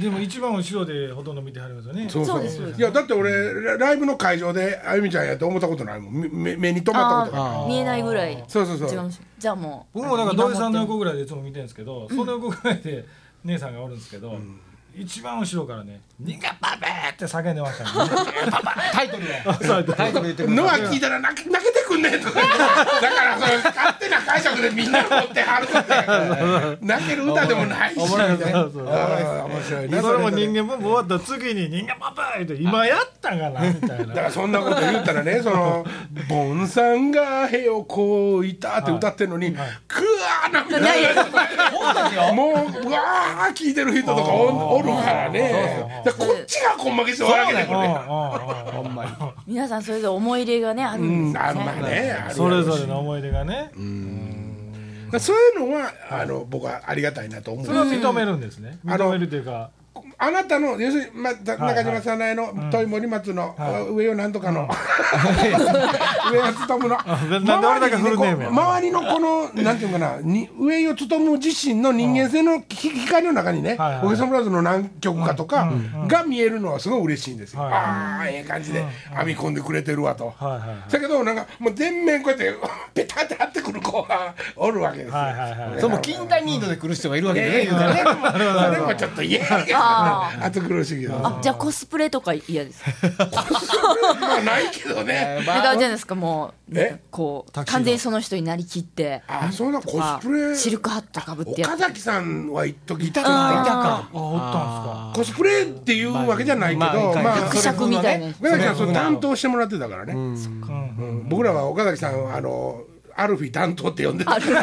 S3: でも一番後ろでほとんど見てはりますよね
S1: そうそう
S4: ですそうです
S1: いやだって俺ラライブの会場であゆみちゃんやって思ったことないもんめ目目に留まったことがない
S4: あー見えないぐらい
S1: そうそうそう
S4: 一番面白いじゃあもう
S3: 僕もだから
S4: 見
S3: 土
S4: 守っ
S3: 井
S4: て
S3: さんの横ぐらいでいつも見てるんですけどその横ぐらいで姉さんがおるんですけど一番後ろからね「ニガパペ!」って叫んでましたね
S2: タイトルは。タイトル言ってく
S1: の
S2: だ
S1: は
S2: さい。
S1: 聞いたら泣け泣けてくんねんと かだからそれ勝手な解釈でみんな持っては るって泣ける歌でもないし
S2: おもろいですね。
S1: あー面白いね
S3: それも
S1: それ
S3: 人間文法終わった次に「人間パパ!」って今やったかなみたい
S1: だか
S3: な
S1: らそんな こと言ったらねその「ボンさんがへをこういた」って歌ってるのにくわー涙
S4: ない
S1: もううわー聞いてる人とかおおるからねだからこっちがこん負けして笑けてくるね
S2: ほんまに。
S4: 皆さんそれぞれ思い入れがねあるん
S1: うん
S4: で
S1: あ
S4: す
S1: まあ
S4: ね
S1: ねある
S3: それぞれの思い出がね
S1: そういうのはあの僕はありがたいなと思う
S3: それは認めるんですね
S1: あの
S3: 認めるというか
S1: あなたの要するに、まあ、だ中島さなえの「問い森松の」上をなんとかの、 上を務むの
S3: んなんで俺だけフルネームや
S1: 周りのこのなんていうのかなに上を務む自身の人間性のひ光の中にね
S3: はいはい
S1: 「おげさまラザーズ」の何曲かとかが見えるのはすごい嬉しいんですよ。
S3: はい
S1: ああええ感じで編み込んでくれてるわと。
S3: はいはい
S1: だけどなんかもう全面こうやってペタって張 ってくる子がおるわけですよ。
S3: はいはいはい
S2: その近代ニードで来る人がいるわけでね、
S1: ええ
S2: 言うたらね
S1: それもちょっと嫌やけど
S4: あ
S1: な暑苦しいけど
S4: あじゃあコスプレとか嫌ですか
S1: まあないけどね。
S4: だからじゃないですかもう
S1: え
S4: こう
S3: タキシード
S4: 完全にその人になりきって
S1: あ、そんなコスプレ。
S4: シルクハットかぶってや
S1: 岡
S4: っ
S1: 崎さんは一時いた
S4: あー
S1: か。
S3: あおった
S1: コ
S3: んすか
S1: スプレっていうわけじゃないけど、
S2: まあ
S1: まあ
S2: まあ
S4: 伯爵みたいな
S1: 岡崎さんそう担当してもらってたからね。
S3: うん
S1: うん僕らは岡崎さんをあのアルフィ担当って呼んでた。
S2: 言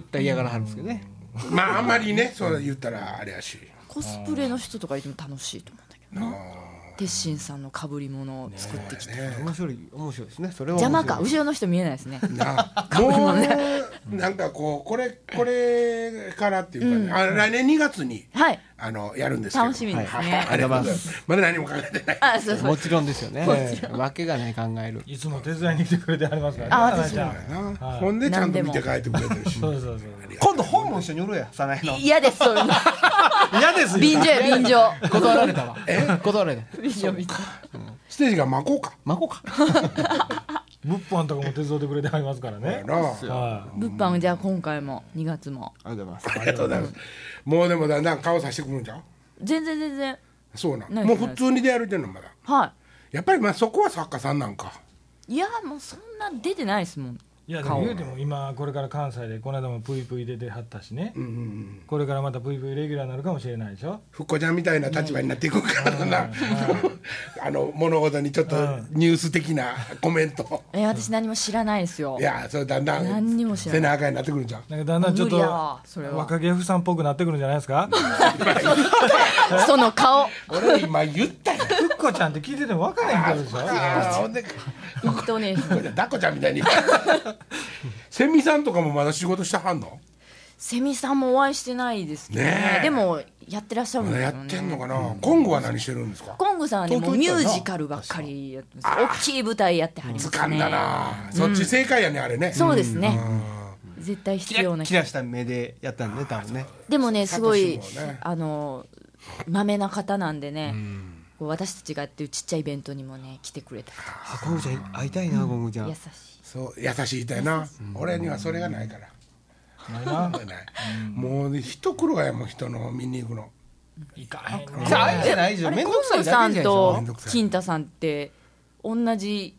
S2: ったら嫌がらはるんですけどね。
S1: まああんまりね、そう言ったらあれやし。
S4: コスプレの人とかいても楽しいと思うんだけどな鉄心さんの被り物を作ってきて
S2: 面白い面白いですね。それは
S4: 邪魔か後ろの人見えないですね
S1: なあもうなんかこうこれこれからっていうかね、あ来年2月に。
S4: はい
S1: あのやるんですけど
S4: 楽しみですね
S1: はいありがとうござい ますまだ何も考えてない
S4: あそうそう
S2: もちろんですよね。わけがない考える。
S3: いつも手伝いに来てくれてありますから
S4: あ
S3: ね
S4: 私も
S3: ちゃん
S1: な、ほんでちゃんと見て帰ってくれてるし
S3: そうそうそう
S2: 今度本も一緒に売るや、さ ないの。
S4: 嫌ですそういうの
S3: 嫌ですよ
S4: 便乗や便乗
S2: 断られたわ。断られた。
S4: 便乗便乗
S1: ステージが巻こうか
S2: まこか。
S3: 物販とかも手伝ってくれてありますからね
S1: なあ
S3: は
S4: 物販じゃあ今回も2月も
S2: ありがとうございます。
S1: ありがとうございますもうでもだんだん顔さしてくるんじゃん
S4: 全然全然
S1: そうなん
S4: ない
S1: もう普通に出歩いてるのまだ
S4: は
S1: やっぱりまあそこは作家さんなんか
S4: いいやもうそんな出てないですもん
S3: いいやでも言うても今これから関西でこの間もプイプイ出てはったしね
S1: うんうんうん
S3: これからまたプイプイレギュラーになるかもしれないでしょ
S1: ふっこちゃんみたいな立場になっていくからな あの物事にちょっとニュース的なコメント
S4: え私何も知らないですよ
S1: いやそれだんだ
S4: 何に
S1: ん
S4: も知ら
S1: 背
S4: ない
S1: 中になってくるんじゃん
S3: なんかだんだんちょっと
S4: 無理やわそれは
S3: 若毛夫さんっぽくなってくるんじゃないですかふ
S4: その顔
S1: 俺今言ったよ
S3: っこちゃんって聞いてても分からへんけどでしょ
S1: あーほんで
S4: イントネーション
S1: だっこちゃんみたいにセミさんとかもまだ仕事してはんの
S4: セミさんもお会いしてないですけどね
S1: ねえ
S4: でもやってらっしゃるん
S1: ま
S4: で
S1: だ
S4: す
S1: や
S4: よ
S1: っ
S4: ね
S1: てんのかな、今後は何してるんですか
S4: コングさんはねもうミ
S1: 東京行ったよ
S4: ュ
S1: な
S4: ージカルばっかりやってます大きい舞台やってはりますね
S1: 掴んだな、そっち正解やねあれね
S4: そうですね
S1: うん
S4: 絶対
S2: キ
S4: 必要
S2: ラ
S4: な
S2: キラした目でやったんで、多分ね。
S4: でもねすご
S1: サ
S4: い
S1: トシもね
S4: あのまめな方なんでねこう私たちがやってるちっちゃいイベントにもね来てくれたりとか
S2: あ、ゴムちゃん、会いたいな、ゴムちゃ
S4: 優
S2: ん
S4: し。い
S1: そう優しい人やな、俺にはそれがないから
S3: ない
S1: な
S3: な
S1: いもう一苦労やもん人の見に行くの
S3: いかへんな
S2: じゃあ、会いじゃないじゃ
S4: あ
S2: ん。
S4: れ
S2: 面
S4: コン
S2: 倒くさい
S4: グ
S2: だ
S4: さ
S2: けじ
S4: ん
S2: ゃな
S4: と
S2: い
S1: んどくさい
S4: 金太さんって同じ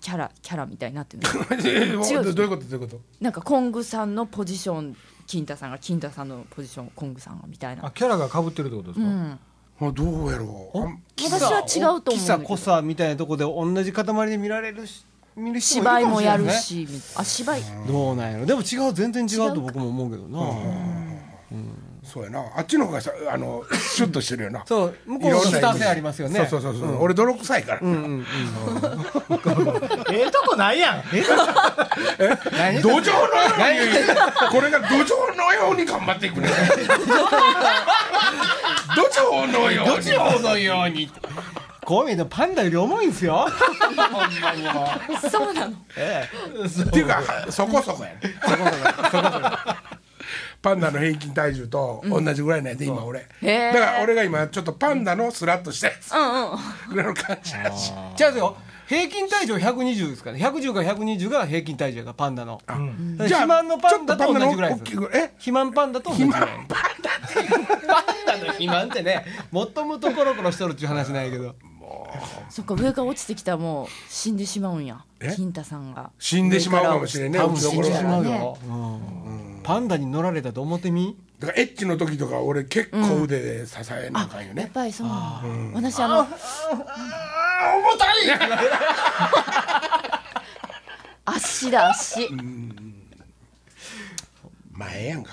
S4: キャラキャラみたいになってる
S1: どういうことどういうこと
S4: なんかコングさんのポジション金太さんが金太さんのポジションコングさんがみたい
S3: あ
S4: な、
S3: キャラが被ってるってことです
S4: う
S3: か、
S4: ん、
S1: あどうやろうあん
S4: 私は違うと思うんだけど
S2: 大きさ、濃さみたいなとこで、同じ塊で見られるし。見る人
S4: 芝居
S2: るか
S4: も
S2: しれない
S4: やる
S2: ですね。
S4: しみあ芝居
S2: どうなんやろでも違う全然違うと僕も思うけどな
S1: そうやなあっちの方がさあのシュッとしてるよな
S2: そう向こ
S1: いうろんな
S2: スター性ありますよね
S1: そうそうそうそう、俺泥臭いから、
S3: ええとこないやん
S2: 何
S1: 土壌のように これが土壌のように頑張っていくね土壌のように
S2: のようにこう見えてもパンダより重いんです よほんまにもう
S4: そうなの
S1: っていうかそこそこやねパンダの平均体重と同じぐらいなんやで、今俺
S4: へ
S1: だ
S4: ー
S1: から俺が今ちょっとパンダのスラッとしたやつ
S4: うんうん
S1: ぐらいの感じやし
S2: 違うんですよ平均体重120ですからね110から120が平均体重やからパンダのだから
S1: じゃあ
S2: 肥満のパンダ
S1: ちょ
S2: と
S1: っとパンダの
S2: 同じぐらい
S1: 大
S2: で
S1: き
S2: す
S1: いぐらいえ
S2: 肥満パンダと同じぐらい肥満パンダってパンダの肥満ってねもっともっとコロコロしとるっていう話ないけど
S4: そっか上から落ちてきたらもう死んでしまうんや
S1: え
S4: 金太さんが
S1: 死んでしまうかもしれんね
S2: 多
S1: う
S2: 分
S1: ちの頃
S2: 死んで
S1: は
S2: しまうよ、うんパンダに乗られたと思ってみ
S1: だからエッチの時とか俺結構腕で支えなあかんよ
S4: やっ
S1: ね、
S4: ぱりそうなの私あの
S1: あ重たい
S4: 足だ足
S1: 前やんか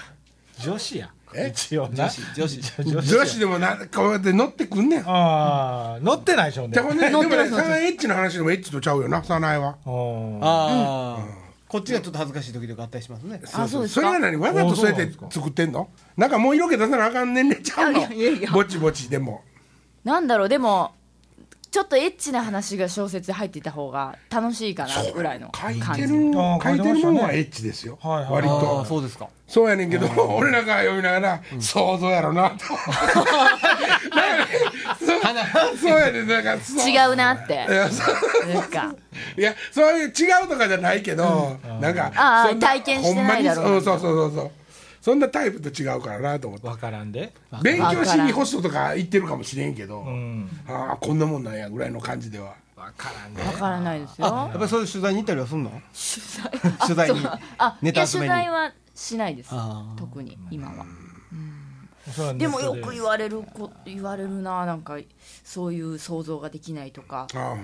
S3: 女子や
S1: え
S3: 一応
S2: 女
S3: な
S2: 子女子
S3: 女子
S1: 女子でもなこうやって乗ってくんねん
S3: ああ乗ってないでしょほんで
S1: でもねでも
S4: 乗ってま
S1: ね
S4: す
S1: サナエッチの話でもエッチとちゃうよなサナエは
S3: おー
S2: ああ、こっちがちょっと恥ずかしい時とかあったりしますね
S4: あそうです
S1: そ
S4: か
S1: れは何わざとそうやっ
S3: あ
S1: て
S3: そうなんですか
S1: 作ってんのなんかもう色気出さなあかん年齢ちゃう
S4: いやいやいや
S1: のぼちぼちでも
S4: なんだろうでもちょっとエッチな話が小説で入っていた方が楽しいかなぐらいの
S1: 書
S4: 感
S1: い
S4: じ
S1: てる
S3: あー
S1: 書いてるもんは
S3: 書いてましたね
S1: エッチですよ
S3: はいはい
S1: 割
S2: ああ
S1: と
S2: そうですか
S1: そうやねんけど、俺なんか読みながら、想像やろなと。なんかねそうそうやねん、なんか、そう。
S4: 違うなっ
S1: い
S4: て
S1: や、そう
S4: なんか
S1: いやそういう違うとかじゃないけど、なんか、
S4: あー
S1: そんな
S4: 体験してないだろうな
S1: ほんまにそうそうそうそう。そんなタイプと違うからなと思って。
S3: わからんで
S1: 勉強しにホストとか行ってるかもしれんけど、
S3: ん
S1: ああ、こんなもんなんやぐらいの感じでは。
S3: わからんで
S4: わからないです
S2: あ
S4: よ
S2: やっぱりそういう取材に行ったりはすんの
S4: 取材
S2: 取材に
S4: ああ
S2: ネ
S4: い
S2: タ
S4: や
S2: 集め
S4: 取
S2: に
S4: 材はしないです
S2: あー
S4: 特に今は
S3: それはネ
S4: で
S3: ット
S4: もよく言われるこ言われるななんかそういう想像ができないとか
S1: あ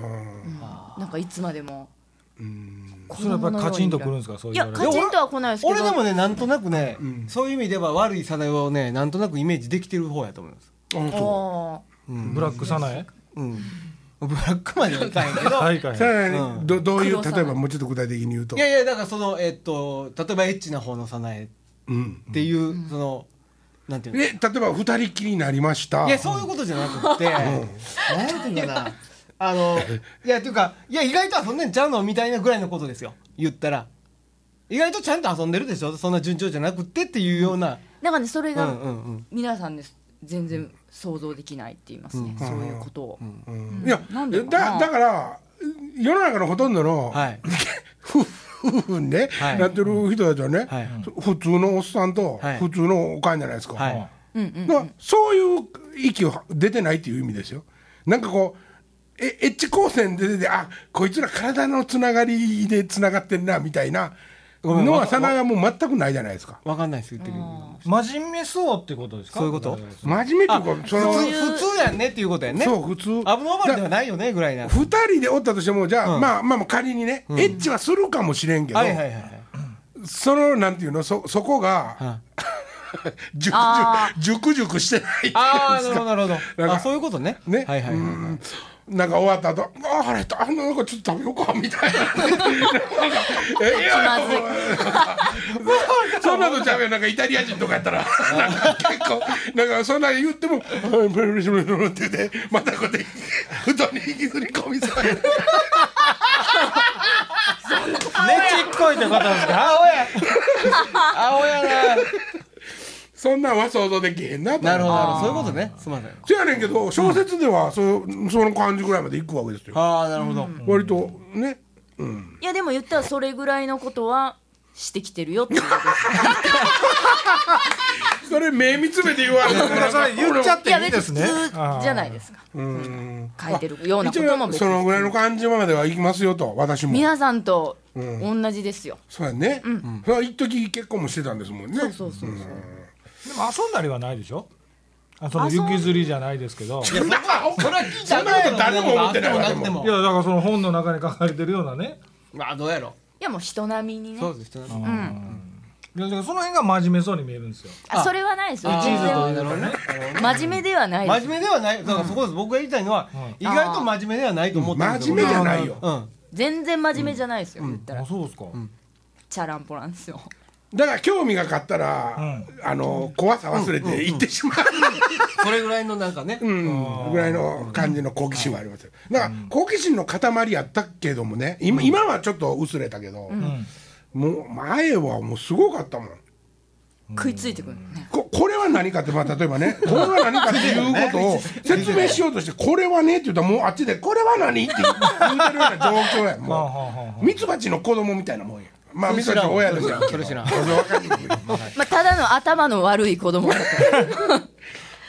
S1: あ、
S4: なんかいつまでも
S3: それはやっぱりカチンとくるんですかそう
S4: い
S3: 言わ
S4: や
S3: れる
S4: カチンとは来ないですけど
S2: 俺でもねなんとなくね、そういう意味では悪いサダイをねなんとなくイメージできてる方やと思います、
S1: ああそ
S4: おー
S3: ブラックサナエ
S2: うん、ブラックまではいかんけど
S3: はいか
S1: う。
S3: い
S1: さらに、
S2: うん
S1: どどういう、
S4: 黒さ
S1: 例えばもうちょっと具体的に言うと
S2: い。やいやだからそのえっと例えばエッチな方の早苗
S1: うん。
S2: っていう、そのなんていう
S1: え、
S2: の、
S1: 例えば二人きりになりました。
S2: いやそういうことじゃなくって、なんていうのかなあのいやっていうかいや意外と遊んでんちゃうのみたいなぐらいのことですよ言ったら意外とちゃんと遊んでるでしょそんな順調じゃなくてっていうような、
S4: なんかねそれ
S2: うん、う
S4: が
S2: んうん
S4: 皆さんです全然想像できないって言いますね、そういうことを、
S1: いや
S4: なんでか
S1: だ
S4: な
S1: だから世の中のほとんどの、
S2: はい
S1: 夫夫婦にね、
S2: はい
S1: なってる人たちはね、
S2: はい
S1: 普通のおっさんと
S2: はい
S1: 普通のおかんじゃないですか,、
S2: はい
S4: うんうん
S1: だからそういう息を出てないっていう意味ですよなんかこうえエッジ光線で出てあこいつら体のつながりでつながってんなみたいな
S2: ごめん
S1: のは
S2: わ
S1: さながもう全くないじゃないですか
S2: わかんないです言ってる意味が
S3: 真面目そうってことですか
S2: そういうこと
S1: 真面目っていうかその
S2: 普通普通やんねっていうことやんね
S1: そう普
S2: う
S1: 通
S2: アブノーマルではないよねぐらいな
S1: 二人でおったとしてもじゃあ、
S2: うん
S1: まあまあまあ仮にね、エッチはするかもしれんけど、
S2: はいはいはいはい
S1: そのなんていうのそそこが
S2: は
S1: 熟
S4: あ
S1: 熟熟熟してないってい
S2: ああ
S1: う
S2: なんる
S1: です
S2: ほ
S1: か
S2: どなるほ
S1: なん
S2: ど
S1: か
S2: あそういうことね
S1: ね
S2: はいはいはいはい
S1: なんか終わった後ああ腹減ったあなんかちょっと食べようかみたいななん かえいや
S4: 気まずい
S1: そんなのちゃうやんなんかイタリア人とかやったらなんか結構なんかそんなん言っても「はいブルブルブルブル」って言ってまたこうやって布団に引きずり込みそうや
S2: ねちっこいってことなんですか青や青や
S1: そんなんは想像できへんなと思
S2: な
S1: う
S2: なるほどなるほどそういうことねすみません
S1: そやねんけど小説ではそその感じぐらいまでいくわけですよ
S2: ああなるほど、
S1: 割とね
S4: いやでも言ったらそれぐらいのことはしてきてるよっていうことですね
S1: それ目見つめて言われたからさ
S3: 言っちゃっ
S4: い
S3: て
S4: や
S3: いい
S4: 別
S3: で
S4: に
S3: す
S4: 普
S3: ね
S4: 通じゃないですか
S1: うん
S4: 書いてるようなこ
S1: 一
S4: とも
S1: 応
S4: 別
S1: その
S4: に
S1: ぐらいの感じまではいきますよと私も
S4: 皆さんと同じですよ、
S1: そうやねそれは一時結婚もしてたんですもんね
S4: そうそうそうそう、
S3: でも遊んだりはないでしょあその雪吊りじゃないですけどい
S2: そんなそれは聞いちゃう
S1: そんなこと誰も思ってないわ
S2: あってもなくても
S3: やだからその本の中に書かれてるようなね
S2: まあどうやろ
S4: いやもう人並みにね
S2: そうです人並みに
S3: いやだからその辺が真面目そうに見えるんですよ
S4: あそれはないですよ
S2: あ
S4: 全
S2: ー
S4: 然
S2: なるほどね
S4: 真面目ではないで
S2: 真
S4: す
S2: 面目ではないだからそこです僕が言いたいのは意外と真面目ではないと思ってるんです
S1: 真面目じゃないよ
S2: うんうん
S4: 全然真面目じゃないですよ、言ったら
S3: あそうですか
S4: チャランポランですよ
S1: だから興味が勝ったらあの怖さ忘れて行ってしまう
S2: それぐらいのなんかね
S1: うんぐらいの感じの好奇心はありますよだから好奇心の塊やったけどもね今今はちょっと薄れたけどもう前はもうすごかったもん
S4: 食いついてくるのね
S1: ここれは何かって、まあ、例えばね、これは何かっていうことを説明しようとして、これはねって言ったら、もうあっちで、これは何って言ってるような状況やん。
S3: はあ
S1: も
S3: はあは
S1: う、ミツバチの子供みたいなもんや。まあ、ミツバチの親ですよ。
S2: それ知らん
S1: それ分かんないけど
S4: まあ、ただの頭の悪い子供だった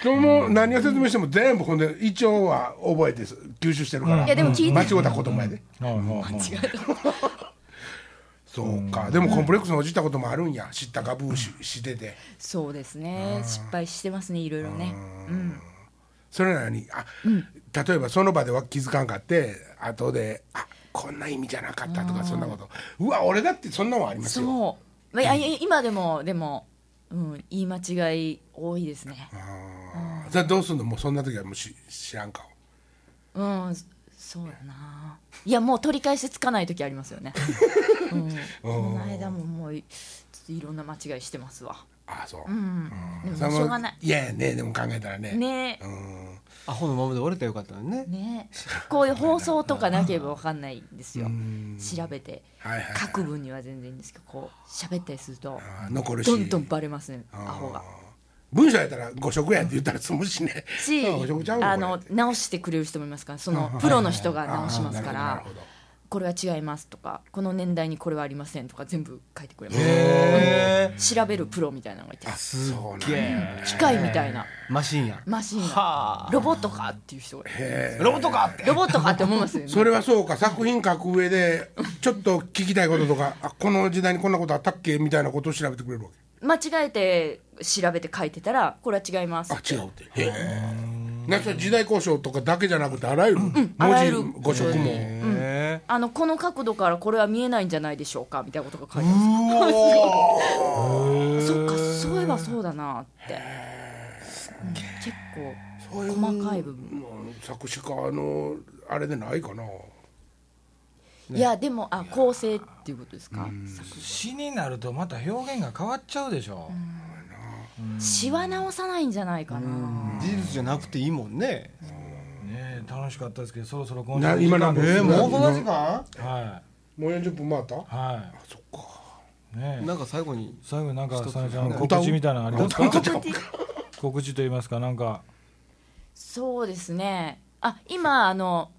S1: 今日も何を説明しても全部ほんで一応は覚えて吸収してるから
S4: いやでも聞いて
S1: 間違うたこともやで
S3: あはい はいはい
S1: そうかでもコンプレックスに落ちたこともあるんや知ったかぶーししてて
S4: そうですね失敗してますねいろいろねうん
S1: それなのにあ、例えばその場では気づかんかって後であこんな意味じゃなかったとかそんなことうわ俺だってそんなもんありますよ
S4: そう、まあいやいや今でもでも、うん、言い間違い多いですね
S1: あーじゃあどうすんのもうそんな時はもうし知らん顔
S4: うんそうやないやもう取り返しつかない時ありますよね、 うん、この間ももうちょっといろんな間違いしてますわ
S1: ああそう、
S4: うんでも
S1: それ
S4: しょうがない
S1: いやいやねでも考えたらね
S4: ね
S1: うん
S2: アホのままで折れたらよかったのにね
S4: ねこういう放送とかなければわかんないんですよ
S1: ん
S4: 調べて
S1: はいはい
S4: 書く分には全然いいんですけどこう喋ったりすると
S1: あー残るし
S4: どんどんバレますねアホが。
S1: 文章やったら誤食やって言ったら済むしね
S4: し
S1: うん誤食ちゃう
S4: あ
S1: こ
S4: の
S1: れ
S4: 直してくれる人もいますからそのプロの人が直しますか
S1: あーなるほ
S4: ら
S1: どなるほど
S4: これは違いますとかこの年代にこれはありませんとか全部書いてくれま
S2: へえ
S4: す調べるプロみたいなのがいて
S1: そうなんだ
S2: げえ
S4: 機械みたいな
S2: マシンや
S4: マシンが
S2: はあ
S4: ロボットかっていう人がいて
S2: ロボットかって
S4: ロボットかって思いますよ
S1: そ
S4: ね
S1: れはそうか作品書く上でちょっと聞きたいこととかあこの時代にこんなことあったっけみたいなことを調べてくれるわけ
S4: 間違えて調べて書いてたらこれは違います
S1: あ違うってへえなんかそれ時代交渉とかだけじゃなくてあらゆる
S4: あらゆる
S1: 文字誤食も
S2: へ
S4: あのこの角度からこれは見えないんじゃないでしょうかみたいなことが書いてある
S2: うおー
S4: そっかそういえばそうだなって、うん
S1: そうい
S4: 結
S1: う
S4: 構細かい部分
S1: うん作詞家のあれでないかない
S4: やでもあ構成っていうことですか作
S3: 詩になるとまた表現が変わっちゃうでしょ、
S4: 詞は直さないんじゃないかな
S2: 事実じゃなくていいもんね
S3: ねえ楽しかったですけどそろそろ今
S1: な今何分
S3: です
S1: えーもう
S2: そんな時間
S3: は
S1: もう40分回った
S3: いは
S1: そっか
S3: いねえ
S2: なんか最後に
S3: 最後になんかさやちゃん
S1: 歌う
S3: 告知みたいなのあります か
S1: 歌う
S3: 告知と言いますかなんか
S4: そうですねあ今あの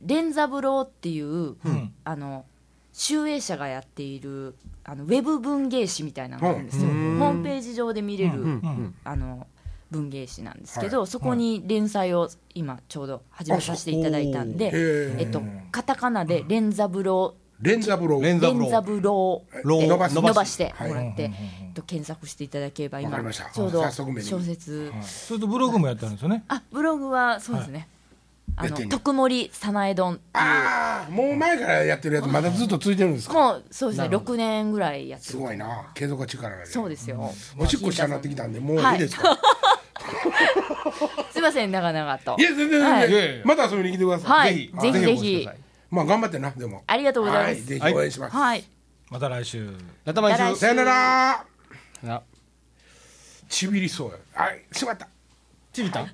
S4: 連三郎っていう、
S3: ん
S4: あの集英社がやっているあのウェブ文芸誌みたいなのがあるんですよ、
S1: うん
S4: ホームページ上で見れる、
S3: うん
S4: あの文芸誌なんですけど、そこに連載を今ちょうど始めさせていただいたん
S1: へ
S4: で、え
S1: え
S4: っと、カタカナで「連三郎」
S1: レンザブロー
S2: レン
S4: 「
S2: ザ
S4: 連三郎」
S2: ロー
S4: で
S1: 伸ばす
S4: 伸ばして
S1: はい
S4: もらって、
S3: うんうん
S4: えっと、検索していただければ
S1: わか
S4: 今
S1: りました
S4: ちょうど
S1: 早速メニュー
S4: 小説
S3: はいそれとブログもやってるんですよね
S4: あブログはそうですね「
S1: い
S4: あ
S1: や
S4: の
S1: ってんね
S4: 特盛早苗丼」っていう
S1: ああもう前からやってるやつまだずっと続いてるんですか
S4: もうそうですね6年ぐらいやってる
S1: すごいな継続は力がある
S4: そうですよ
S1: おしっこしたなってきたんでもうい
S4: はい
S1: いですか
S4: すいません長々と
S1: いや全然
S4: は
S1: 全
S4: い
S1: 然また遊びに来てくださ
S4: はいいぜひぜひ
S1: まあ頑張ってなでも
S4: ありがとうござい
S1: は
S4: ます
S1: ぜひ応援します
S4: はい
S3: また来週
S2: また来週
S1: さよなら
S2: な
S1: ちびりそうやはいしまった
S2: ちびたん